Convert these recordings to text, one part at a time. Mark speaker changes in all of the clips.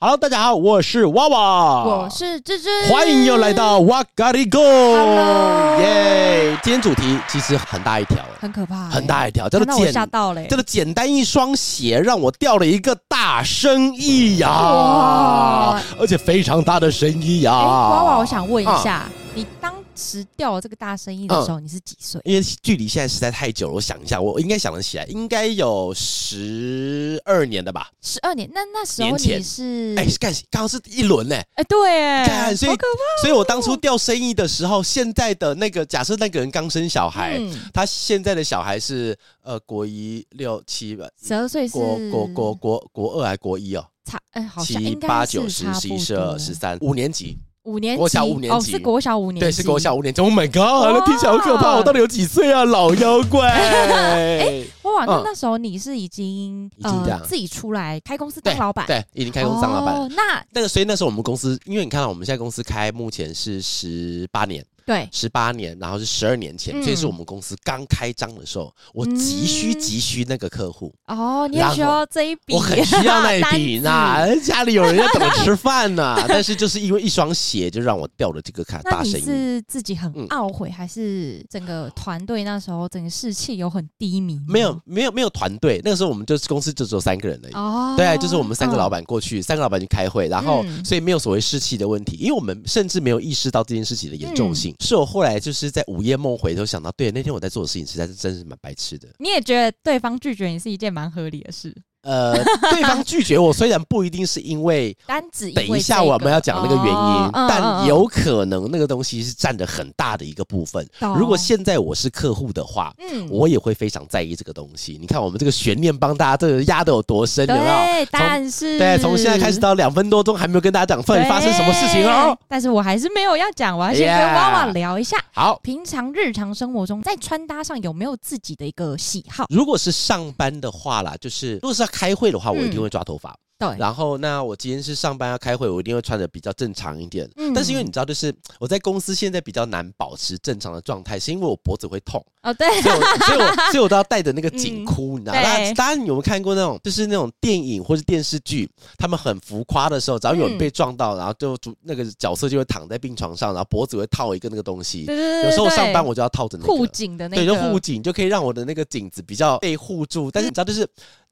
Speaker 1: Hello，大家好，我是娃娃，
Speaker 2: 我是芝芝，
Speaker 1: 啊欢迎又来到哇咖喱贡
Speaker 2: Hello，
Speaker 1: 耶！今天主题其实很大一条、欸
Speaker 2: 很可怕欸、
Speaker 1: 很大一条，叫
Speaker 2: 看到
Speaker 1: 做
Speaker 2: 我
Speaker 1: 简
Speaker 2: 吓到欸哎嘞、
Speaker 1: 这个简单一双鞋让我掉了一个大生意呀、
Speaker 2: 哇
Speaker 1: 而且非常大的生意呀、
Speaker 2: 哎、娃娃，我想问一下，
Speaker 1: 啊
Speaker 2: 你当时掉了这个大生意
Speaker 1: 嗯
Speaker 2: 的时候，你是几岁？
Speaker 1: 因为距离现在实在太久了，我想一下，我应该想得起来，应该有十二年的吧？
Speaker 2: 十二年。那那时候
Speaker 1: 年前
Speaker 2: 你是？
Speaker 1: 哎、干，刚刚是一轮呢、
Speaker 2: 哎对，哎，
Speaker 1: 干所以
Speaker 2: 好可怕。
Speaker 1: 所以我当
Speaker 2: 哦
Speaker 1: 初掉生意的时候，现在的那个假设那个人刚生小孩，
Speaker 2: 嗯，
Speaker 1: 他现在的小孩是呃国一六七吧，
Speaker 2: 十二岁是
Speaker 1: 国国国国国二还国一哦，
Speaker 2: 差，哎、好像
Speaker 1: 七
Speaker 2: 应该
Speaker 1: 八
Speaker 2: 是
Speaker 1: 九十
Speaker 2: 差
Speaker 1: 十一
Speaker 2: 不
Speaker 1: 十二
Speaker 2: 多
Speaker 1: 十三五年级，
Speaker 2: 五年级，
Speaker 1: 国小五年
Speaker 2: 哦，
Speaker 1: 级
Speaker 2: 是国小五年级，
Speaker 1: 对，是国小。五年级。Oh my god！那听起来好可怕，
Speaker 2: 哇
Speaker 1: 我到底有几岁啊？老妖 怪！哎，
Speaker 2: 哇，那
Speaker 1: 嗯
Speaker 2: 那时候你是已经呃
Speaker 1: 已经这样
Speaker 2: 自己出来开公司
Speaker 1: 对
Speaker 2: 当老板，，
Speaker 1: 对，已经开公司当老板了。
Speaker 2: 哦，那
Speaker 1: 那个，所以那时候我们公司，因为你看到我们现在公司开目前是十八年，
Speaker 2: 对，
Speaker 1: 十八年，然后是十二年前，
Speaker 2: 嗯
Speaker 1: 所以是我们公司刚开张的时候，我急需
Speaker 2: 嗯
Speaker 1: 急需那个客户，
Speaker 2: 哦，你
Speaker 1: 然后
Speaker 2: 很需要这一笔，
Speaker 1: 我很需要那一笔
Speaker 2: 单子
Speaker 1: 呐，家里有人要怎么吃饭呐？ 但是就是因为一双鞋，就让我掉了这个卡
Speaker 2: 那
Speaker 1: 大
Speaker 2: 你
Speaker 1: 生意。
Speaker 2: 是自己很
Speaker 1: 嗯
Speaker 2: 懊悔，还是整个团队那时候整个士气有很低迷？
Speaker 1: 没有，没有没有团队，那个时候我们就是公司就只有三个人而已。
Speaker 2: 哦，
Speaker 1: 对，啊就是我们三个老
Speaker 2: 板，
Speaker 1: 板过去，三个老板去开会，然后、
Speaker 2: 嗯
Speaker 1: 所以没有所谓士气的问题，因为我们甚至没有意识到这件事情的严重性。
Speaker 2: 嗯
Speaker 1: 是我后来就是在午夜梦回头想到，对，那天我在做的事情实在是真是蛮白痴的。
Speaker 2: 你也觉得对方拒绝你是一件蛮合理的事，
Speaker 1: 呃，对方拒绝我，虽然不一定是因为。
Speaker 2: 单指因为
Speaker 1: 等一下，
Speaker 2: 这个
Speaker 1: 我们要讲那个原因，
Speaker 2: 哦嗯
Speaker 1: 但
Speaker 2: 嗯
Speaker 1: 有可能那个东西是占着很大的一个部分。
Speaker 2: 懂
Speaker 1: 如果现在我是客户的话，
Speaker 2: 嗯
Speaker 1: 我也会非常在意这个东西。你看，我们这个悬念帮大家这个压的有多深，有没有？
Speaker 2: 对，但是
Speaker 1: 对，从现在开始到两分多钟还没有跟大家讲到底发生什么事情哦。
Speaker 2: 对但是我还是没有要讲，我要先
Speaker 1: Yeah
Speaker 2: 跟娃娃聊一下。
Speaker 1: 好，
Speaker 2: 平常日常生活中，在穿搭上有没有自己的一个喜好？
Speaker 1: 如果是上班的话啦，就是如果是要开会的话，我一定会抓头发。
Speaker 2: 嗯对，
Speaker 1: 然后，那我今天是上班要开会，我一定会穿的比较正常一点。
Speaker 2: 嗯
Speaker 1: 但是因为你知道，就是我在公司现在比较难保持正常的状态，是因为我脖子会痛，
Speaker 2: 哦，对，
Speaker 1: 所以我所以我所以我都要戴着那个紧箍，你知道吗？
Speaker 2: 嗯对
Speaker 1: 大家大家有没有看过那种就是那种电影或是电视剧，他们很浮夸的时候，只要有人
Speaker 2: 嗯
Speaker 1: 被撞到，然后就主那个角色就会躺在病床上，然后脖子会套一个那个东西。
Speaker 2: 对对对，
Speaker 1: 有时候
Speaker 2: 对
Speaker 1: 上班我就要套着那
Speaker 2: 护
Speaker 1: 个，
Speaker 2: 颈的那
Speaker 1: 对，
Speaker 2: 个，
Speaker 1: 就护颈就可以让我的那个颈子比较被护住。但是你知道，就是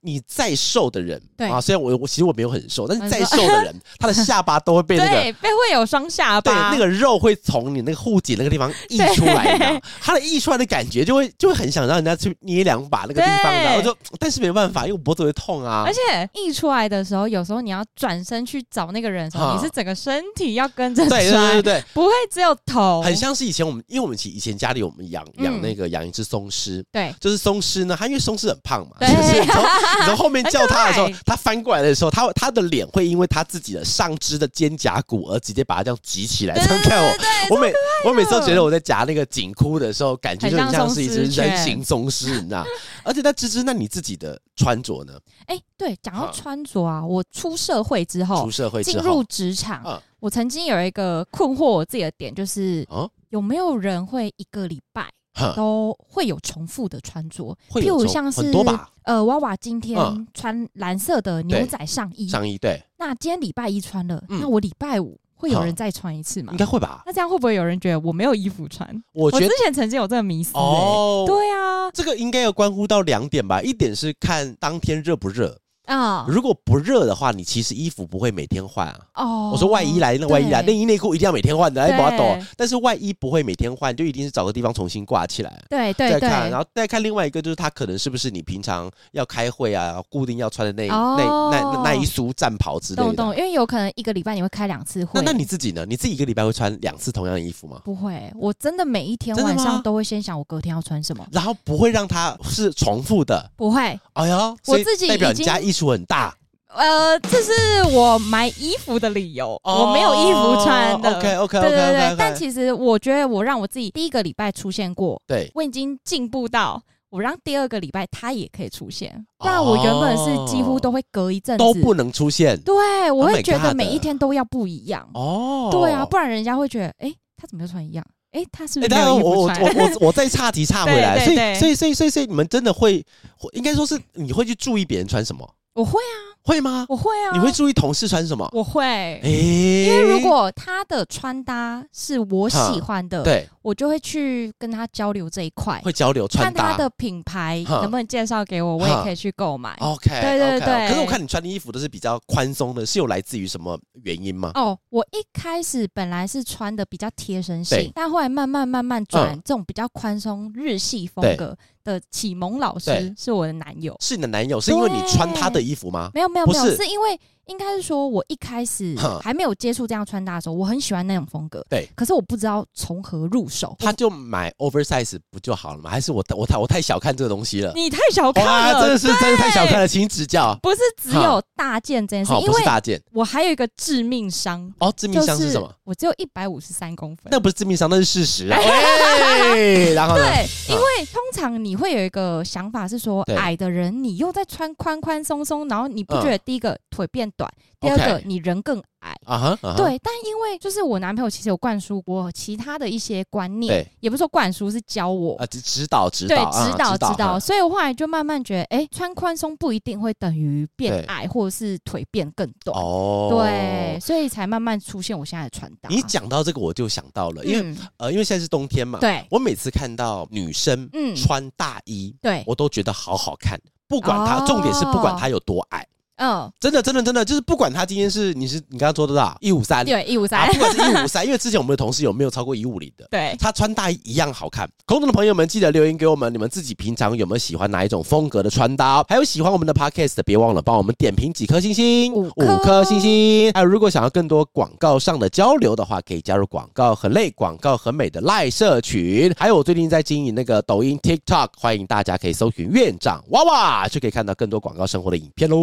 Speaker 1: 你再瘦的人，
Speaker 2: 嗯对嗯
Speaker 1: 啊，虽然我我其实我没有很瘦，但是
Speaker 2: 你
Speaker 1: 再
Speaker 2: 说
Speaker 1: 瘦的人，他的下巴都会被那个。
Speaker 2: 对，背会有双下
Speaker 1: 对，
Speaker 2: 巴，
Speaker 1: 那个肉会从你那个护颈那个地方溢出来，你知道吗 它的溢出来的感觉就会就会很想让人家去捏两把那个地方，
Speaker 2: 对
Speaker 1: 然后就但是没办法，因为我脖子会痛啊
Speaker 2: 而。且溢出来的时候，有时候你要转身去找那个人的时候，
Speaker 1: 啊
Speaker 2: 你是整个身体要跟着
Speaker 1: 对对对对
Speaker 2: 穿，
Speaker 1: 对，
Speaker 2: 不会只有头。
Speaker 1: 很像是以前我们，因为我们以前以前家里我们养
Speaker 2: 嗯
Speaker 1: 养那个养一只松狮，
Speaker 2: 对，
Speaker 1: 就是松狮呢，它因为松狮很胖嘛，就
Speaker 2: 对
Speaker 1: 是你从你从后面叫它的时候
Speaker 2: 很可爱，
Speaker 1: 它翻过来的时候，它它的脸会因为它自己的上肢的肩胛骨而直接把它这样举起来，
Speaker 2: 对
Speaker 1: 这样看我。我
Speaker 2: 哦
Speaker 1: 每我每次都觉得
Speaker 2: 的
Speaker 1: 我在夹那个紧箍的时候，感觉就很像是一只人形松狮，你知 道？而且那芝芝，那你自己的穿着呢？
Speaker 2: 哎、对，讲
Speaker 1: 啊
Speaker 2: 到穿着啊，我出社会之后
Speaker 1: 出，社会
Speaker 2: 进
Speaker 1: 之
Speaker 2: 入
Speaker 1: 后，
Speaker 2: 职场，
Speaker 1: 啊
Speaker 2: 我曾经有一个困惑我自己的点，就是、
Speaker 1: 哦
Speaker 2: 有没有人会一个礼拜
Speaker 1: 哼
Speaker 2: 都会有重复的穿着？
Speaker 1: 啊会
Speaker 2: 譬
Speaker 1: 有
Speaker 2: 如
Speaker 1: 这种
Speaker 2: 像是
Speaker 1: 很多吧？
Speaker 2: 呃，娃娃今天
Speaker 1: 嗯
Speaker 2: 穿蓝色的牛
Speaker 1: 对
Speaker 2: 仔上衣，
Speaker 1: 上衣对，
Speaker 2: 那今天礼拜一穿了，
Speaker 1: 嗯
Speaker 2: 那我礼拜五会有
Speaker 1: 好
Speaker 2: 人再穿一次吗
Speaker 1: 应？该会吧？
Speaker 2: 那这样会不会有人觉得我没有衣服穿？
Speaker 1: 我
Speaker 2: 我
Speaker 1: 觉得
Speaker 2: 之前曾经有这个迷思、欸，
Speaker 1: 哦，
Speaker 2: 对啊，
Speaker 1: 这个应该要关乎到两点吧，一点是看当天热不热，
Speaker 2: 啊、
Speaker 1: 如果不热的话，你其实衣服不会每天换啊。
Speaker 2: 哦，
Speaker 1: 我说外衣来，那外衣来，内
Speaker 2: 对
Speaker 1: 衣内裤一定要每天换的，哎，
Speaker 2: 对
Speaker 1: 不要抖。但是外衣不会每天换，就一定是找个地方重新挂起来。
Speaker 2: 对
Speaker 1: 再
Speaker 2: 对对，
Speaker 1: 看，然后再看另外一个，就是它可能是不是你平常要开会啊，固定要穿的那一
Speaker 2: 哦
Speaker 1: 那那那一束战袍之类
Speaker 2: 懂
Speaker 1: 的。
Speaker 2: 懂，因为有可能一个礼拜你会开两次会，
Speaker 1: 那那你自己呢？你自己一个礼拜会穿两次同样的衣服吗？
Speaker 2: 不会？我真的每一天
Speaker 1: 真的
Speaker 2: 晚
Speaker 1: 吗嗯
Speaker 2: 上都会先想我隔天要穿什么，
Speaker 1: 然后不会让它是重复的。
Speaker 2: 不会，
Speaker 1: 哎呀，
Speaker 2: 我
Speaker 1: 所以
Speaker 2: 自己
Speaker 1: 代表
Speaker 2: 已
Speaker 1: 你
Speaker 2: 经
Speaker 1: 家衣橱很大，
Speaker 2: 呃，这是我买衣服的理由，
Speaker 1: 哦
Speaker 2: 我没有衣服穿的。
Speaker 1: OK OK
Speaker 2: 对
Speaker 1: OK
Speaker 2: 对对
Speaker 1: OK，
Speaker 2: 但其实我觉得我让我自己第一个礼拜出现过，
Speaker 1: 对
Speaker 2: 我已经进步到我让第二个礼拜它也可以出现。
Speaker 1: 哦
Speaker 2: 不然我原本是几乎都会隔一阵子，
Speaker 1: 都不能出现
Speaker 2: 对我
Speaker 1: Oh
Speaker 2: 会
Speaker 1: my
Speaker 2: 觉得
Speaker 1: God
Speaker 2: 每一天都要不一样。
Speaker 1: 哦。
Speaker 2: 对啊，不然人家会觉得，哎、他怎么又穿一样？哎、他是不
Speaker 1: 哎，
Speaker 2: 是没
Speaker 1: 当然
Speaker 2: 有
Speaker 1: 我
Speaker 2: 衣
Speaker 1: 我
Speaker 2: 服
Speaker 1: 我
Speaker 2: 穿？
Speaker 1: 我我再岔题岔回来，
Speaker 2: 对
Speaker 1: 所以
Speaker 2: 对
Speaker 1: 所以所以所以所以你们真的会，会应该说是你会去注意别人穿什么，
Speaker 2: 我会啊，
Speaker 1: 会吗？
Speaker 2: 我会啊，
Speaker 1: 你会注意同事穿什么？
Speaker 2: 我会。
Speaker 1: 哎，
Speaker 2: 因
Speaker 1: 因
Speaker 2: 为如果他的穿搭是我喜欢的，
Speaker 1: 对
Speaker 2: 我就会去跟他交流这一块，
Speaker 1: 会交流穿
Speaker 2: 看他
Speaker 1: 搭
Speaker 2: 的品牌
Speaker 1: 哈
Speaker 2: 能不能介绍给我，我也可以去购买。
Speaker 1: ，OK，
Speaker 2: 对对
Speaker 1: OK，
Speaker 2: 对
Speaker 1: 可是我看你穿的衣服都是比较宽松的，是有来自于什么原因吗？
Speaker 2: 哦，我一开始本来是穿的比较贴身
Speaker 1: 对
Speaker 2: 性，但后来慢慢慢慢转、
Speaker 1: 嗯
Speaker 2: 这种比较宽松日系风格的启蒙老
Speaker 1: 对
Speaker 2: 师是我的男友。
Speaker 1: 是你的男友是因为你
Speaker 2: 对
Speaker 1: 穿他的衣服吗？
Speaker 2: 没有没有
Speaker 1: 不
Speaker 2: 没有，
Speaker 1: 是
Speaker 2: 是因为应该是说，我一开始
Speaker 1: 哼
Speaker 2: 还没有接触这样穿搭的时候，我很喜欢那种风格，
Speaker 1: 对，
Speaker 2: 可是我不知道从何入手。
Speaker 1: 他就买 oversize 不就好了吗？还是我我太我太小看这个东西了？
Speaker 2: 你太小看
Speaker 1: 哇，
Speaker 2: 了，
Speaker 1: 真的是真的太小看了，请指教。
Speaker 2: 不是只有大件这件事
Speaker 1: 好，，
Speaker 2: 因
Speaker 1: 不
Speaker 2: 为
Speaker 1: 是大件
Speaker 2: 我还有一个致命伤，
Speaker 1: 哦，致命
Speaker 2: 就
Speaker 1: 伤是什么？
Speaker 2: 我只有一百五十三公分。
Speaker 1: 那不是致命伤，那是事 实啊。喂，哎然后呢？啊
Speaker 2: 对，因为通常你会有一个想法是说，
Speaker 1: 对
Speaker 2: 矮的人你又在穿宽宽松松，然后你不觉得第一个腿变短，第
Speaker 1: 嗯
Speaker 2: 二
Speaker 1: OK
Speaker 2: 个你人更矮。
Speaker 1: 啊哈，啊哈，
Speaker 2: 对，但因为就是我男朋友其实有灌输我其他的一些观念
Speaker 1: 对，
Speaker 2: 也不是说灌输，是教我。
Speaker 1: 啊，指指导指
Speaker 2: 对，
Speaker 1: 导啊
Speaker 2: 指导指导，
Speaker 1: 啊
Speaker 2: 所以我后来就慢慢觉得，哎、穿宽松不一定会等于变
Speaker 1: 对
Speaker 2: 矮，或者是腿变更短。
Speaker 1: 哦，
Speaker 2: 对，。所以才慢慢出现我现在的穿搭。
Speaker 1: 你讲到这个，我就想到了，因为
Speaker 2: 嗯
Speaker 1: 呃，因为现在是冬天嘛，
Speaker 2: 对
Speaker 1: 我每次看到女生
Speaker 2: 嗯
Speaker 1: 穿大衣，
Speaker 2: 对，
Speaker 1: 我都觉得好好看，不管她，
Speaker 2: 哦
Speaker 1: 重点是不管她有多矮，
Speaker 2: 嗯，
Speaker 1: 真的，真的，真的，就是不管她今天是你是你刚刚说多少一五三，
Speaker 2: 对，一五
Speaker 1: 啊，
Speaker 2: 三，
Speaker 1: 不管是一五三，因为之前我们的同事有没有超过一五零的，
Speaker 2: 对，
Speaker 1: 她穿大衣一样好看。空中的朋友们，记得留言给我们，你们自己平常有没有喜欢哪一种风格的穿搭、哦？还有喜欢我们的 podcast 的，别忘了帮我们点评几颗星星，
Speaker 2: 五颗
Speaker 1: 颗星星。还有，如果想要更多广告上的交流的话，可以加入广告很累、广告很美的赖社群。还有，我最近在经营那个抖音 TikTok，欢迎大家可以搜寻院长娃娃，就可以看到更多广告生活的影片喽。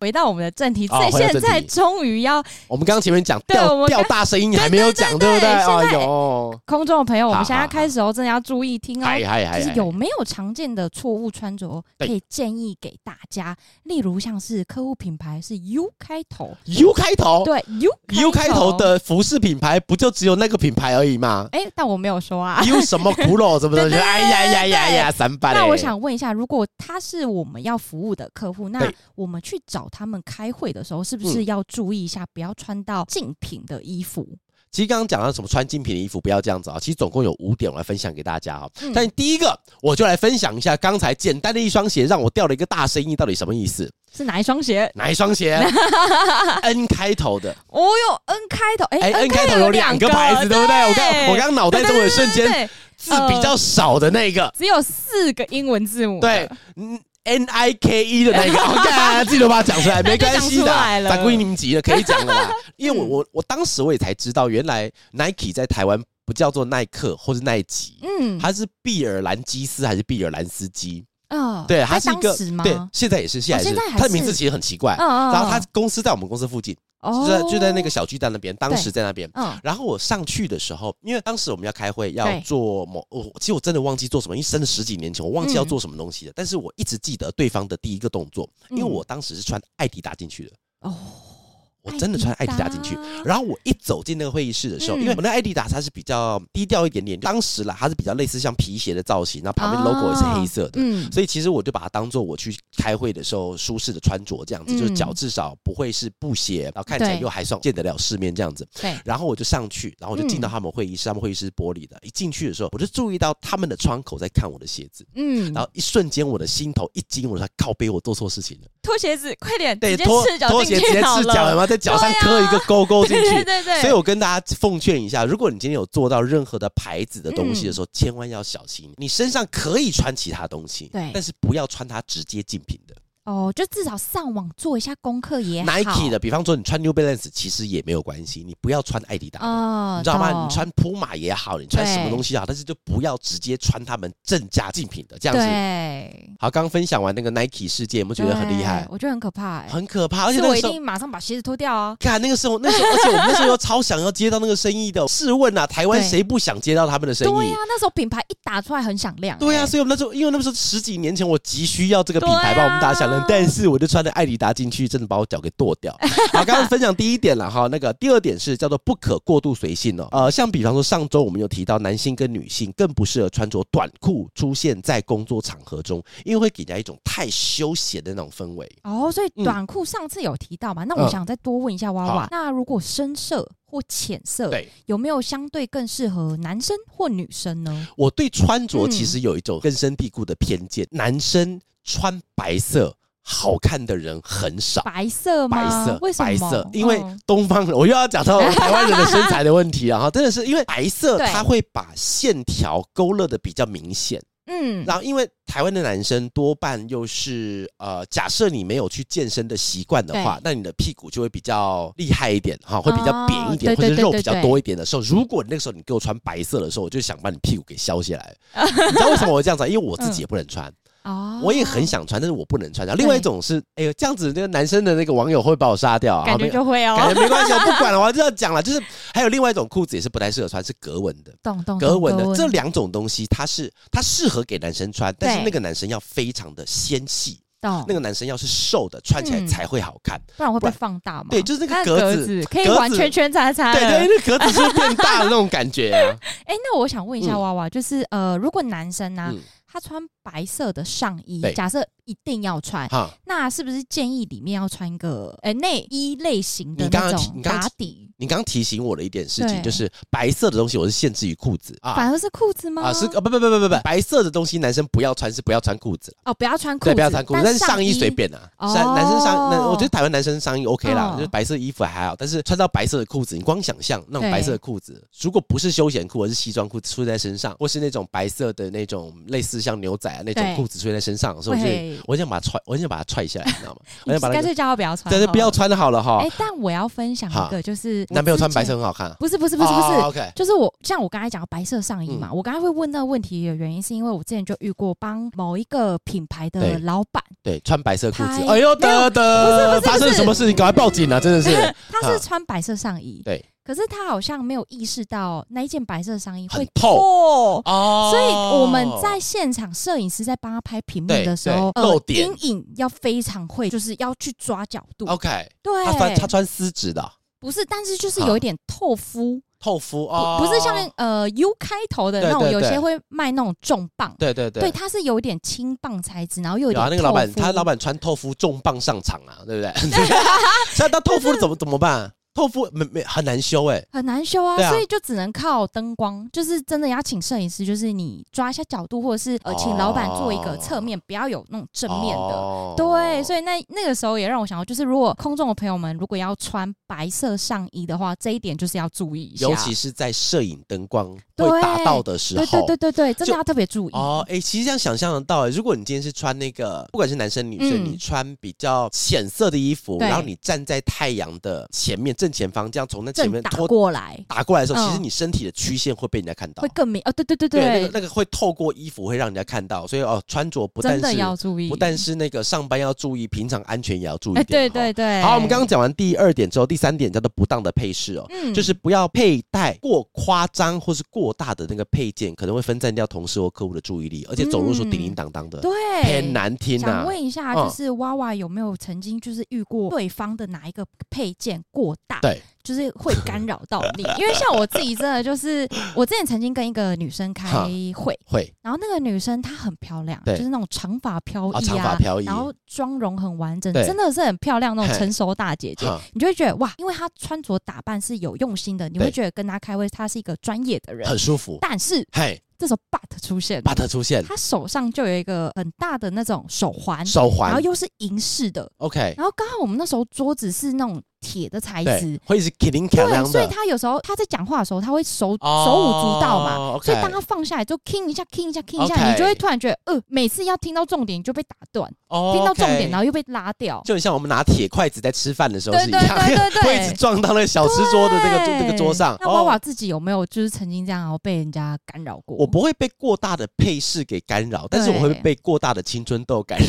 Speaker 2: 回到我们的正题，
Speaker 1: 哦
Speaker 2: 这
Speaker 1: 回到
Speaker 2: 现
Speaker 1: 正题
Speaker 2: 在终于要
Speaker 1: 我们刚刚前面讲
Speaker 2: 对我
Speaker 1: 调
Speaker 2: 们
Speaker 1: 调
Speaker 2: 刚
Speaker 1: 大声音，你还没有讲，对不
Speaker 2: 对
Speaker 1: 对？
Speaker 2: 现
Speaker 1: 哎
Speaker 2: 在
Speaker 1: 呦，
Speaker 2: 空中的朋友，我
Speaker 1: 好
Speaker 2: 们现在
Speaker 1: 好哎
Speaker 2: 开始哦，真的要注意听哦。
Speaker 1: 嗨嗨嗨，
Speaker 2: 就是
Speaker 1: 嗨
Speaker 2: 有没有常见的错误穿着
Speaker 1: 对
Speaker 2: 可以建议给大家？例如像是客户品牌是 U 开头，
Speaker 1: U 开头，
Speaker 2: 对
Speaker 1: U
Speaker 2: ，U
Speaker 1: 开头，的服饰品牌不就只有那个品牌而已 吗
Speaker 2: 哎，但我没有说啊。
Speaker 1: ？U 什么苦肉什么东西？
Speaker 2: 对对对
Speaker 1: 哎呀呀呀呀，三八嘞！
Speaker 2: 那我想问一下，如果他是我们要服务的客户，那
Speaker 1: 对嗯
Speaker 2: 我们去找他们开会的时候，是不是要注意一下，不要穿到竞品的衣服？
Speaker 1: 其实刚刚讲到什么穿精品的衣服不要这样子啊，其实总共有五点我来分享给大家哈、
Speaker 2: 嗯
Speaker 1: 但第一个，我就来分享一下刚才简单的一双鞋让我掉了一个大声音，到底什么意思？
Speaker 2: 是哪一双鞋？
Speaker 1: 哪一双 鞋？N 开头的，
Speaker 2: 哦哟，N 开头，哎
Speaker 1: 哎、n 开头
Speaker 2: 有
Speaker 1: 有两个牌子，对不对？我刚我刚脑袋中的瞬
Speaker 2: 对
Speaker 1: 间
Speaker 2: 对
Speaker 1: 字
Speaker 2: 呃
Speaker 1: 比较少的那个，
Speaker 2: 只有四个英文字母，
Speaker 1: 对，，嗯。N I K E 的那 个，好看，自己都把它讲出来，没关系
Speaker 2: 那就讲出
Speaker 1: 的
Speaker 2: 来，了嗯
Speaker 1: 反归你们急了，可以讲了 啦。因为我我我当时我也才知道，原来 Nike 在台湾不叫做耐克或是耐吉，
Speaker 2: 嗯，
Speaker 1: 它是毕尔兰基斯还是毕尔兰斯基？
Speaker 2: 啊
Speaker 1: 对，它是一个
Speaker 2: 当时吗？哦
Speaker 1: 对，现在也是，现在也
Speaker 2: 现在还
Speaker 1: 是，
Speaker 2: 是
Speaker 1: 它的名字其实很奇怪。
Speaker 2: 嗯嗯，哦
Speaker 1: 然后它公司在我们公司附近，就在就在那个，小巨蛋那边，当时在那边。
Speaker 2: 嗯，
Speaker 1: 然后我上去的时候，因为当时我们要开会，要
Speaker 2: 对
Speaker 1: 做某，我其实我真的忘记做什么，因为真的十几年前我忘记要
Speaker 2: 嗯
Speaker 1: 做什么东西了。但是我一直记得对方的第一个动作，因为我当时是穿艾迪达进去的，
Speaker 2: 嗯哦，
Speaker 1: 我真的穿艾迪达进
Speaker 2: 哎
Speaker 1: 去。然后我一走进那个会议室的时候，
Speaker 2: 嗯
Speaker 1: 因为我那艾迪达它是比较低调一点点，当时啦它是比较类似像皮鞋的造型，然后旁边
Speaker 2: 哦
Speaker 1: logo 也是黑色的。
Speaker 2: 嗯，
Speaker 1: 呃所以其实我就把它当做我去开会的时候舒适的穿着，这样子，
Speaker 2: 嗯
Speaker 1: 就是脚至少不会是布鞋，然后看起来
Speaker 2: 对
Speaker 1: 又还算见得了世面这样子。
Speaker 2: 对，
Speaker 1: 然后我就上去，然后我就进
Speaker 2: 嗯
Speaker 1: 到他们会议室，他们会议室是玻璃的。一进去的时候，我就注意到他们的窗口在看我的鞋子，
Speaker 2: 嗯，
Speaker 1: 然后一瞬间我的心头一惊，我说靠背，我做错事情了。
Speaker 2: 脱鞋子，快点，
Speaker 1: 对，
Speaker 2: 直接
Speaker 1: 拖
Speaker 2: 赤脚
Speaker 1: 拖
Speaker 2: 进
Speaker 1: 鞋直接
Speaker 2: 去好
Speaker 1: 赤
Speaker 2: 了，
Speaker 1: 脚，然 后在脚上
Speaker 2: 对啊
Speaker 1: 刻一个勾勾进
Speaker 2: 对对
Speaker 1: 去。
Speaker 2: 对对，
Speaker 1: 所以我跟大家奉劝一下，如果你今天有做到任何的牌子的东西的时
Speaker 2: 嗯
Speaker 1: 候，千万要小心。你身上可以穿其他东西，
Speaker 2: 对
Speaker 1: 但是不要穿它直接竞品的。
Speaker 2: 哦，就至少上网做一下功课也好。
Speaker 1: Nike 的，比方说你穿 New Balance，其实也没有关系，你不要穿艾迪达的。
Speaker 2: 哦，
Speaker 1: 你知道吗？
Speaker 2: 懂
Speaker 1: 你穿普马也好，你穿
Speaker 2: 对
Speaker 1: 什么东西也好，但是就不要直接穿他们正价竞品的这样子。
Speaker 2: 对，
Speaker 1: 好，刚刚分享完那个 Nike 事件，有没有觉得很厉害
Speaker 2: 对？我觉得很可怕、欸，
Speaker 1: 很可怕，而且
Speaker 2: 是
Speaker 1: 那
Speaker 2: 我
Speaker 1: 个
Speaker 2: 一
Speaker 1: 时候
Speaker 2: 定马上把鞋子脱掉啊。
Speaker 1: 看那个时候，那时候，而且我们那时候又超想要接到那个生意的。试问啊，台湾
Speaker 2: 对
Speaker 1: 谁不想接到他们的生
Speaker 2: 对
Speaker 1: 意
Speaker 2: 呀、？那时候品牌一打出来很响亮、
Speaker 1: 对啊，
Speaker 2: 呀、
Speaker 1: 所以我们那时候，因为那时候十几年前，我急需要这个品牌
Speaker 2: 对
Speaker 1: 帮
Speaker 2: 啊
Speaker 1: 我们打响亮，但是我就穿着艾迪达进去，真的把我脚给剁 掉。好，刚刚分享第一点了哈，那个第二点是叫做不可过度随性哦。呃，像比方说上周我们有提到，男性跟女性更不适合穿着短裤出现在工作场合中，因为会给人家一种太休闲的那种氛围。
Speaker 2: 哦，所以
Speaker 1: 嗯
Speaker 2: 短裤上次有提到嘛？那
Speaker 1: 嗯
Speaker 2: 我想再多问一下娃娃，
Speaker 1: 好
Speaker 2: 那如果深色或浅色，
Speaker 1: 对
Speaker 2: 有没有相对更适合男生或女生呢？
Speaker 1: 我对穿着
Speaker 2: 嗯
Speaker 1: 其实有一种根深蒂固的偏见，男生穿白色好看的人很少。
Speaker 2: 白色
Speaker 1: 白
Speaker 2: 吗？
Speaker 1: 色
Speaker 2: 为，什么？
Speaker 1: 白色，因为
Speaker 2: 嗯
Speaker 1: 东方人，我又要讲 到台湾人的身材的问题啊了哈，真的是因为白色，
Speaker 2: 对
Speaker 1: 它会把线条勾勒的比较明显。
Speaker 2: 嗯，
Speaker 1: 然后，因为台湾的男生多半又是呃，假设你没有去健身的习惯的话
Speaker 2: 对，
Speaker 1: 那你的屁股就会比较厉害一点哈，会比较
Speaker 2: 哦
Speaker 1: 扁一点，
Speaker 2: 对
Speaker 1: 或者
Speaker 2: 对对
Speaker 1: 肉
Speaker 2: 对
Speaker 1: 比较
Speaker 2: 对
Speaker 1: 多一点的时候，如果你那个时候你给我穿白色的时候，我就想把你屁股给削下 来。你知道为什么我会这样子啊？因为我自己也不能穿，
Speaker 2: 哦
Speaker 1: 我也很想穿，但是我不能穿。然后另外一种是，哎呦，这样子那个男生的那个网友会把我杀掉啊，
Speaker 2: 感
Speaker 1: 没
Speaker 2: 觉就会哦，
Speaker 1: 感觉没关系，我不管了，我就要讲了。 就是还有另外一种裤子也是不太适合穿，是格纹的。
Speaker 2: 懂懂懂
Speaker 1: 格纹的这两种东西，它是它适合给男生穿，但是
Speaker 2: 对
Speaker 1: 那个男生要非常的纤细，
Speaker 2: 懂
Speaker 1: 那个男生要是瘦的，穿起来
Speaker 2: 哦嗯
Speaker 1: 才会好看。
Speaker 2: 不然会
Speaker 1: 不
Speaker 2: 被
Speaker 1: 然
Speaker 2: 放大嘛。
Speaker 1: 对就是那个
Speaker 2: 它的
Speaker 1: 格
Speaker 2: 格
Speaker 1: 子
Speaker 2: 可以
Speaker 1: 格
Speaker 2: 玩
Speaker 1: 子
Speaker 2: 圈圈叉叉。
Speaker 1: 对对，，那格子是不是变大的那种感觉 啊。
Speaker 2: 哎，那我想问一下
Speaker 1: 嗯
Speaker 2: 娃娃，就是呃，如果男生呢
Speaker 1: 嗯，
Speaker 2: 他穿白色的上衣
Speaker 1: 对，
Speaker 2: 假设一定要穿，
Speaker 1: 哈，
Speaker 2: 那是不是建议里面要穿个呃内衣类型的
Speaker 1: 你刚
Speaker 2: 那
Speaker 1: 刚
Speaker 2: 种
Speaker 1: 你刚刚
Speaker 2: 打底？
Speaker 1: 你刚刚提醒我的一点事情，
Speaker 2: 对
Speaker 1: 就是白色的东西我是限制于裤子啊
Speaker 2: 反而是裤子吗？
Speaker 1: 啊是啊不不不不不不，白色的东西男生不要穿是不要穿裤子。
Speaker 2: 哦，不要穿裤
Speaker 1: 对，
Speaker 2: 子，
Speaker 1: 不要穿裤子，但是上
Speaker 2: 上
Speaker 1: 衣随。便啊。
Speaker 2: 哦
Speaker 1: 男男生上，那我觉得台湾男生上衣 OK 啦，
Speaker 2: 嗯
Speaker 1: 就是白色衣服还好，但是穿到白色的裤子，你光想象那种
Speaker 2: 对
Speaker 1: 白色的裤子，如果不是休闲裤，而是西装裤出现在身上，或是那种白色的那种类似像牛仔啊那种
Speaker 2: 对
Speaker 1: 裤子出现在身上的时候，我就
Speaker 2: 会
Speaker 1: 我很想把它踹，我很想把它踹下来，你知道 吗？我
Speaker 2: 你
Speaker 1: 想把它
Speaker 2: 干，脆叫他不要穿，
Speaker 1: 但是不要。穿好了哈
Speaker 2: 哎。，但我要分享
Speaker 1: 好
Speaker 2: 一个，就是我
Speaker 1: 男朋友穿
Speaker 2: 之
Speaker 1: 白
Speaker 2: 前
Speaker 1: 色很好看啊，
Speaker 2: 不是不是不是不是
Speaker 1: 哦，，OK，嗯
Speaker 2: 就是我像我刚才讲的白色上衣嘛，我刚才会问那个问题的原因，是因为我之前就遇过帮某一个品牌
Speaker 1: 对
Speaker 2: 的老板，
Speaker 1: 对，穿白色裤子，
Speaker 2: 拍
Speaker 1: 哎呦
Speaker 2: 没
Speaker 1: 得
Speaker 2: 有
Speaker 1: 得，
Speaker 2: 不是不是不是
Speaker 1: 发生什么事情？赶快报警啊！真的 是
Speaker 2: 他是穿白色上衣，
Speaker 1: 对，
Speaker 2: 可是他好像没有意识到那一件白色上衣
Speaker 1: 很
Speaker 2: 会
Speaker 1: 透
Speaker 2: 透。
Speaker 1: 哦，
Speaker 2: 所以我们在现场，摄影师在帮他拍屏幕
Speaker 1: 对
Speaker 2: 的时候，
Speaker 1: 对
Speaker 2: 呃
Speaker 1: 露点
Speaker 2: 阴影要非常会，就是要去抓角度。
Speaker 1: 哦 OK，
Speaker 2: 对，
Speaker 1: 他穿他穿丝质的啊、
Speaker 2: 不是，但是就是
Speaker 1: 啊
Speaker 2: 有一点透肤，
Speaker 1: 透肤
Speaker 2: 不
Speaker 1: 哦，
Speaker 2: 不是像呃 U 开头的
Speaker 1: 对
Speaker 2: 那种，
Speaker 1: 对
Speaker 2: 有些
Speaker 1: 对
Speaker 2: 会卖那种重磅，
Speaker 1: 对对
Speaker 2: 对，
Speaker 1: 对。
Speaker 2: 它是有点轻磅材质，然后又有
Speaker 1: 有
Speaker 2: 点
Speaker 1: 啊，那个老板，
Speaker 2: 透肤
Speaker 1: 他老板穿透肤重磅上场啊，对不 对？所以他透肤了怎么怎么办？透肤没没很难修哎、
Speaker 2: 很难修啊，
Speaker 1: 对啊
Speaker 2: 所以就只能靠灯光，就是真的要请摄影师，就是你抓一下角度，或者是呃，
Speaker 1: 哦
Speaker 2: 请老板做一个侧面，不要有那种正面的。
Speaker 1: 哦
Speaker 2: 对，所以那那个时候也让我想到，就是如果空中的朋友们如果要穿白色上衣的话，这一点就是要注意一下。
Speaker 1: 尤其是在摄影灯光
Speaker 2: 对
Speaker 1: 会打到的时候，
Speaker 2: 对对对对对，真
Speaker 1: 就
Speaker 2: 的要特别注意。
Speaker 1: 哦，哎、其实这样想象得到、欸，如果你今天是穿那个，不管是男生女生，
Speaker 2: 嗯
Speaker 1: 你穿比较浅色的衣服，
Speaker 2: 对
Speaker 1: 然后你站在太阳的前面正前方，这样从那前
Speaker 2: 正
Speaker 1: 面
Speaker 2: 打
Speaker 1: 拖
Speaker 2: 过来
Speaker 1: 打过来的时候，
Speaker 2: 嗯
Speaker 1: 其实你身体的曲线会被人家看到
Speaker 2: 会，更明哦，对对对
Speaker 1: 对，那个那个会透过衣服会让人家看到，所以哦，穿着不但
Speaker 2: 真的要
Speaker 1: 是
Speaker 2: 注意。
Speaker 1: 不但是那个上班要注意，平常安全也要注意
Speaker 2: 哎，
Speaker 1: 一点。
Speaker 2: 对对
Speaker 1: 哈。
Speaker 2: 对。
Speaker 1: 好，我们刚刚讲完第二点之后，第三点叫做不当的配饰哦。
Speaker 2: 嗯
Speaker 1: 就是不要佩戴过夸张或是过大的那个配件，可能会分散掉同事或客户的注意力，而且走路的时候
Speaker 2: 嗯
Speaker 1: 叮叮当当的，
Speaker 2: 对
Speaker 1: 很难听呐、
Speaker 2: 想问一下，
Speaker 1: 嗯
Speaker 2: 就是娃娃有没有曾经就是遇过对方的哪一个配件过大，
Speaker 1: 对，
Speaker 2: 就是会干扰到 你？因为像我自己真的就是，我之前曾经跟一个女生开
Speaker 1: 哈
Speaker 2: 会，
Speaker 1: 会
Speaker 2: 然后那个女生她很漂亮，
Speaker 1: 对
Speaker 2: 就是那种长发飘
Speaker 1: 啊，
Speaker 2: 逸
Speaker 1: 长发
Speaker 2: 啊，
Speaker 1: 飘逸，
Speaker 2: 然后妆容很完整，
Speaker 1: 对
Speaker 2: 真的是很漂亮那种
Speaker 1: 嘿
Speaker 2: 成熟大姐姐。
Speaker 1: 哈
Speaker 2: 你就会觉得哇，因为她穿着打扮是有用心的，你
Speaker 1: 对
Speaker 2: 会觉得跟她开会，她是一个专业的人。
Speaker 1: 很舒服。
Speaker 2: 但是
Speaker 1: 嘿
Speaker 2: 这时候 but 出现了，
Speaker 1: ，but 出现
Speaker 2: 她手上就有一个很大的那种手环，
Speaker 1: 手
Speaker 2: 然后
Speaker 1: 环
Speaker 2: 又是银饰的，
Speaker 1: ，OK，
Speaker 2: 然后刚好我们那时候桌子是那种铁的材质
Speaker 1: 对，，会是 k i l i n g 卡
Speaker 2: 对，
Speaker 1: 亮
Speaker 2: 所以
Speaker 1: 的，
Speaker 2: 他有时候他在讲话的时候，他会手、
Speaker 1: 哦
Speaker 2: 手舞足蹈嘛。
Speaker 1: OK
Speaker 2: 所以当他放下来，就 king 一下，king 一下，king 一下
Speaker 1: OK
Speaker 2: 你就会突然觉得，呃，每次要听到重点你就被打断
Speaker 1: 哦
Speaker 2: 听到重点
Speaker 1: ，OK
Speaker 2: 然后又被拉掉。
Speaker 1: 就很像我们拿铁筷子在吃饭的时候是一样，
Speaker 2: 对对对对对
Speaker 1: 会一直撞到那个小吃桌的这个
Speaker 2: 对
Speaker 1: 这个桌上。哦
Speaker 2: 那娃娃自己有没有就是曾经这样然后被人家干扰过？
Speaker 1: 我不会被过大的配饰给干扰，但是我会被过大的青春痘干扰。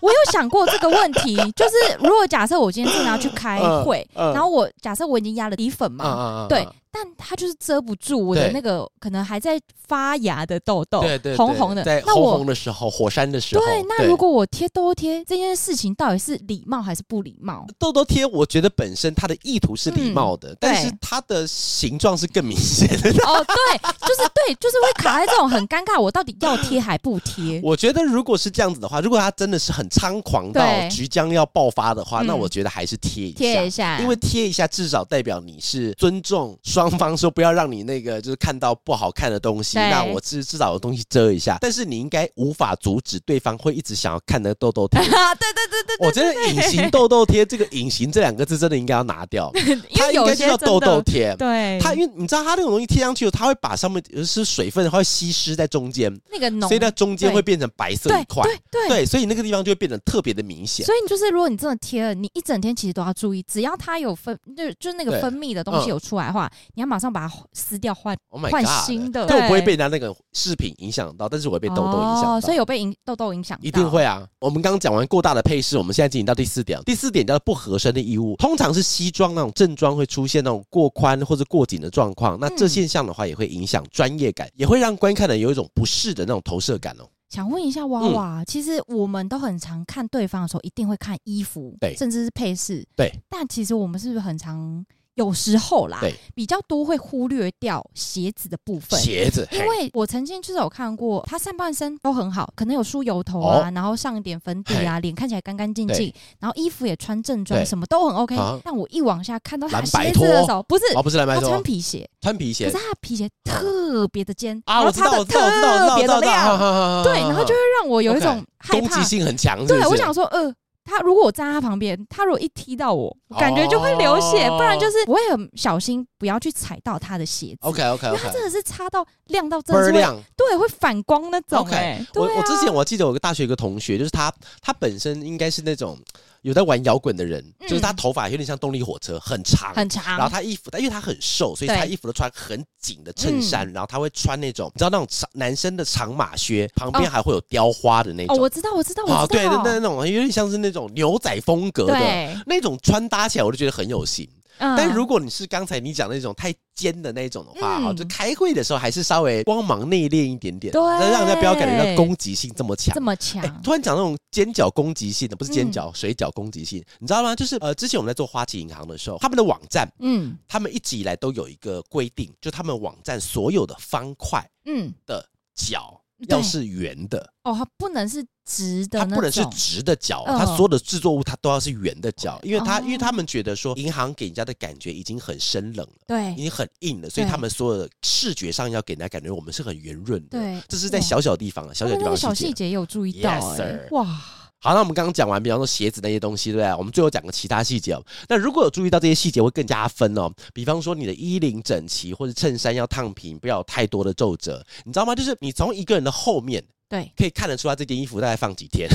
Speaker 2: 我有想过这个问题，就是如果假设我今天正要去开会，
Speaker 1: 嗯嗯
Speaker 2: 然后我假设我已经压了底粉嘛，
Speaker 1: 啊
Speaker 2: 对，但它就是遮不住我的
Speaker 1: 对
Speaker 2: 那个可能还在发芽的痘痘，
Speaker 1: 对对，
Speaker 2: 红红的。
Speaker 1: 在
Speaker 2: 那
Speaker 1: 红
Speaker 2: 我
Speaker 1: 红的时候，火山的时候，
Speaker 2: 对，那如果我贴痘贴这件事情，到底是礼貌还是不礼貌？
Speaker 1: 痘痘贴，我觉得本身它的意图是礼貌的，但是它的形状是更明显的。
Speaker 2: 哦，对，就是对，就是会卡在这种很尴尬，我到底要贴还不贴？
Speaker 1: 我觉得如果是这样子的话，如果它真的是很猖狂到
Speaker 2: 对
Speaker 1: 即将要爆发的话，
Speaker 2: 嗯
Speaker 1: 那我觉得还是贴一下
Speaker 2: 贴一。下，
Speaker 1: 因为贴一下，至少代表你是尊重双方，说不要让你那个就是看到不好看的东西，
Speaker 2: 对
Speaker 1: 那我至至少有东西遮一下。但是你应该无法阻止对方会一直想要看的痘痘贴。
Speaker 2: 对对对对
Speaker 1: 我觉得“隐形痘痘贴”这个“隐形”这两个字真的应该要拿掉，
Speaker 2: 对，因
Speaker 1: 它
Speaker 2: 为
Speaker 1: 应
Speaker 2: 有
Speaker 1: 该
Speaker 2: 些
Speaker 1: 叫
Speaker 2: 真
Speaker 1: 痘
Speaker 2: 的
Speaker 1: 痘贴。
Speaker 2: 对，
Speaker 1: 它因为你知道它那种东西贴上去，它会把上面是水分，它会稀释在中间，
Speaker 2: 那个脓
Speaker 1: 所以它中间
Speaker 2: 对
Speaker 1: 会变成白色一
Speaker 2: 对
Speaker 1: 块。
Speaker 2: 对对
Speaker 1: 对，所以那个地方就会变得特别的明显。
Speaker 2: 所以你就是，如果你真的贴了，你一整天其实都要注意，只要它有分，就是就是那个
Speaker 1: 对
Speaker 2: 分泌的东
Speaker 1: 嗯
Speaker 2: 西有出来的话，你要马上把它撕掉换
Speaker 1: Oh my
Speaker 2: 换
Speaker 1: god！
Speaker 2: 新的
Speaker 1: 但我不会
Speaker 2: 对
Speaker 1: 被人家那个饰品影响到，但是我会被痘痘影响到。
Speaker 2: 哦，所以有被影痘痘影响，
Speaker 1: 一定。会啊！我们刚刚讲完过大的配饰，我们现在进行到第四点。第四点叫做不合身的衣物，通常是西装那种正装会出现那种过宽或者过紧的状况。那这
Speaker 2: 嗯
Speaker 1: 现象的话，也会影响专业感，也会让观看人有一种不适的那种投射感哦。
Speaker 2: 想问一下娃
Speaker 1: 嗯
Speaker 2: 娃，其实我们都很常看对方的时候，一定会看衣服，
Speaker 1: 对
Speaker 2: 甚至是配饰，
Speaker 1: 对。
Speaker 2: 但其实我们是不是很常有时候啦，
Speaker 1: 对，
Speaker 2: 比较多会忽略掉鞋子的部分？
Speaker 1: 鞋子，
Speaker 2: 因
Speaker 1: 嘿
Speaker 2: 为我曾经就是有看过，他上半身都很好，可能有梳油头啊，然后上一点粉底啊，脸看起来干干净净
Speaker 1: 哦对，
Speaker 2: 然后衣服也穿正
Speaker 1: 对
Speaker 2: 装，什么都很 OK
Speaker 1: 啊。
Speaker 2: 但我一往下看到他
Speaker 1: 蓝白
Speaker 2: 鞋子的时候，不是
Speaker 1: 哦，不是蓝白
Speaker 2: 他穿
Speaker 1: 拖，
Speaker 2: 皮鞋，
Speaker 1: 穿皮
Speaker 2: 可
Speaker 1: 鞋
Speaker 2: 是他的皮鞋特别的尖，然
Speaker 1: 啊！
Speaker 2: 后
Speaker 1: 我知
Speaker 2: 擦
Speaker 1: 道，
Speaker 2: 的
Speaker 1: 我知道，我知道，我知道
Speaker 2: 特
Speaker 1: 我
Speaker 2: 别
Speaker 1: 知道
Speaker 2: 的
Speaker 1: 我知道哈哈
Speaker 2: 亮，
Speaker 1: 哈哈，
Speaker 2: 对，然后就会让我有
Speaker 1: 嗯
Speaker 2: 一
Speaker 1: OK，
Speaker 2: 种害
Speaker 1: 攻击
Speaker 2: 怕。
Speaker 1: 性很强，是不
Speaker 2: 对，我
Speaker 1: 是
Speaker 2: 想说，呃。他如果我站在他旁边，他如果一踢到我，我感觉就会流血，
Speaker 1: 哦
Speaker 2: 不然就是我也很小心，不要去踩到他的鞋子。
Speaker 1: OK OK
Speaker 2: 因为他
Speaker 1: OK，
Speaker 2: 真的是擦到亮到真
Speaker 1: 倍
Speaker 2: 的
Speaker 1: 儿
Speaker 2: 是会
Speaker 1: 亮。
Speaker 2: 对，会反光那种、
Speaker 1: OK，
Speaker 2: 欸。
Speaker 1: 我
Speaker 2: 对啊
Speaker 1: 我之前我记得我有个大学有个同学，就是他，他本身应该是那种有在玩摇滚的人，
Speaker 2: 嗯
Speaker 1: 就是他头发有点像动力火车，很长。
Speaker 2: 很
Speaker 1: 然后
Speaker 2: 长，
Speaker 1: 他衣服，但因为他很瘦，所以
Speaker 2: 对嗯
Speaker 1: 他衣服都穿很紧的衬衫，然后他会穿那种，你知道那种长男生的长马靴，旁边
Speaker 2: 哦
Speaker 1: 还会有雕花的那
Speaker 2: 哦，
Speaker 1: 种。啊
Speaker 2: 我知道，我知道，我知
Speaker 1: 对，那
Speaker 2: 道，
Speaker 1: 那那种有点像是那种牛仔风格的
Speaker 2: 对，
Speaker 1: 那种穿搭起来，我就觉得很有型。
Speaker 2: 嗯
Speaker 1: 但如果你是刚才你讲那种太尖的那种的话，
Speaker 2: 嗯
Speaker 1: 哈、就开会的时候还是稍微光芒内敛一点点，
Speaker 2: 对
Speaker 1: 让人家不要感觉到攻击性这么强
Speaker 2: 这。么强
Speaker 1: 哎，突然讲那种尖角攻击性的，不是尖角，水饺攻击性，你知道吗？就是呃，之前我们在做花旗银行的时候，他们的网站，
Speaker 2: 嗯
Speaker 1: 他们一直以来都有一个规定，就他们网站所有的方块
Speaker 2: 嗯，
Speaker 1: 的角
Speaker 2: 对
Speaker 1: 要是圆的，
Speaker 2: 哦，它不能是直的
Speaker 1: 它
Speaker 2: 那种，
Speaker 1: 不能是直的角，
Speaker 2: 嗯
Speaker 1: 它所有的制作物它都要是圆的角，因为它、
Speaker 2: 哦
Speaker 1: 因为他们觉得说银行给人家的感觉已经很生冷了。已
Speaker 2: 对
Speaker 1: 经很硬了，所以
Speaker 2: 哎对
Speaker 1: 他们所有的视觉上要给人家感觉我们是很圆润的。
Speaker 2: 对
Speaker 1: 这是在小小地方啊，小小
Speaker 2: 哇
Speaker 1: 地
Speaker 2: 哦那
Speaker 1: 方
Speaker 2: 个
Speaker 1: 的
Speaker 2: 小
Speaker 1: 细
Speaker 2: 细
Speaker 1: 节。
Speaker 2: 节也有注意到、哎
Speaker 1: Yes, sir
Speaker 2: 哇，
Speaker 1: 好，那我们刚刚讲完，比方说鞋子那些东西，对不对？我们最后讲个其他细节哦。那如果有注意到这些细节，会更加分哦。比方说你的衣领整齐，或者衬衫要烫平，不要有太多的皱褶，你知道吗？就是你从一个人的后面，
Speaker 2: 对
Speaker 1: 可以看得出来这件衣服大概放几天，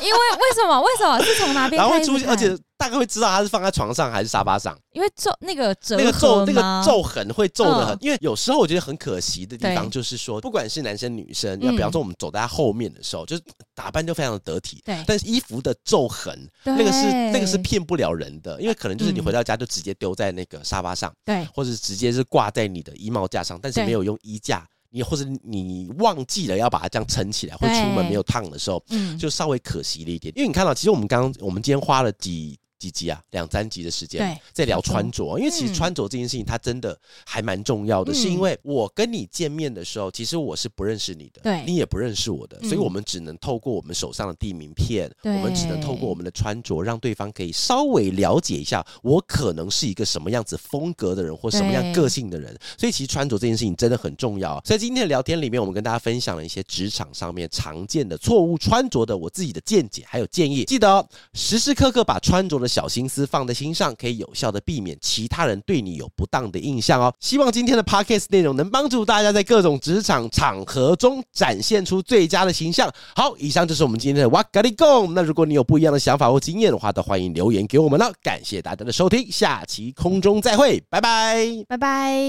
Speaker 2: 因为为什么为什么是从哪边
Speaker 1: 然后
Speaker 2: 开
Speaker 1: 会
Speaker 2: 始
Speaker 1: 出现，
Speaker 2: 看？
Speaker 1: 而且大概会知道它是放在床上还是沙发上。
Speaker 2: 因为皱那个折
Speaker 1: 那个皱
Speaker 2: 痕
Speaker 1: 那个
Speaker 2: 吗
Speaker 1: 皱痕会皱的很，
Speaker 2: 嗯
Speaker 1: 因为有时候我觉得很可惜的地方
Speaker 2: 对
Speaker 1: 就是说，不管是男生女生，
Speaker 2: 嗯
Speaker 1: 比方说我们走在他后面的时候，就是打扮就非常的得体。
Speaker 2: 对，
Speaker 1: 但是衣服的皱痕，那个是那个是骗不了人的，因为可能就是你
Speaker 2: 嗯
Speaker 1: 回到家就直接丢在那个沙发上，
Speaker 2: 对
Speaker 1: 或者是直接是挂在你的衣帽架上，但是
Speaker 2: 对
Speaker 1: 没有用衣架，你或者你忘记了要把它这样撑起来，或
Speaker 2: 对
Speaker 1: 出门没有烫的时候，
Speaker 2: 嗯
Speaker 1: 就稍微可惜了一点。因为你看到，其实我们刚我们今天花了几几集啊，两三集的时间
Speaker 2: 对
Speaker 1: 在聊
Speaker 2: 差不多
Speaker 1: 穿着，因为其实
Speaker 2: 嗯
Speaker 1: 穿着这件事情它真的还蛮重要的，
Speaker 2: 嗯
Speaker 1: 是因为我跟你见面的时候，其实我是不认识你的，
Speaker 2: 对
Speaker 1: 你也不认识我的，
Speaker 2: 嗯
Speaker 1: 所以我们只能透过我们手上的地名片，
Speaker 2: 对
Speaker 1: 我们只能透过我们的穿着，让对方可以稍微了解一下我可能是一个什么样子风格的人或什么样
Speaker 2: 对
Speaker 1: 个性的人，所以其实穿着这件事情真的很重要啊。所以今天的聊天里面，我们跟大家分享了一些职场上面常见的错误穿着的我自己的见解还有建议。记得哦，时时刻刻把穿着的的小心思放在心上，可以有效的避免其他人对你有不当的印象哦。希望今天的 podcast 内容能帮助大家在各种职场场合中展现出最佳的形象。好，以上就是我们今天的哇咖喱 Go。那如果你有不一样的想法或经验的话，都欢迎留言给我哦们了。感谢大家的收听，下期空中再会，拜拜。
Speaker 2: 拜拜。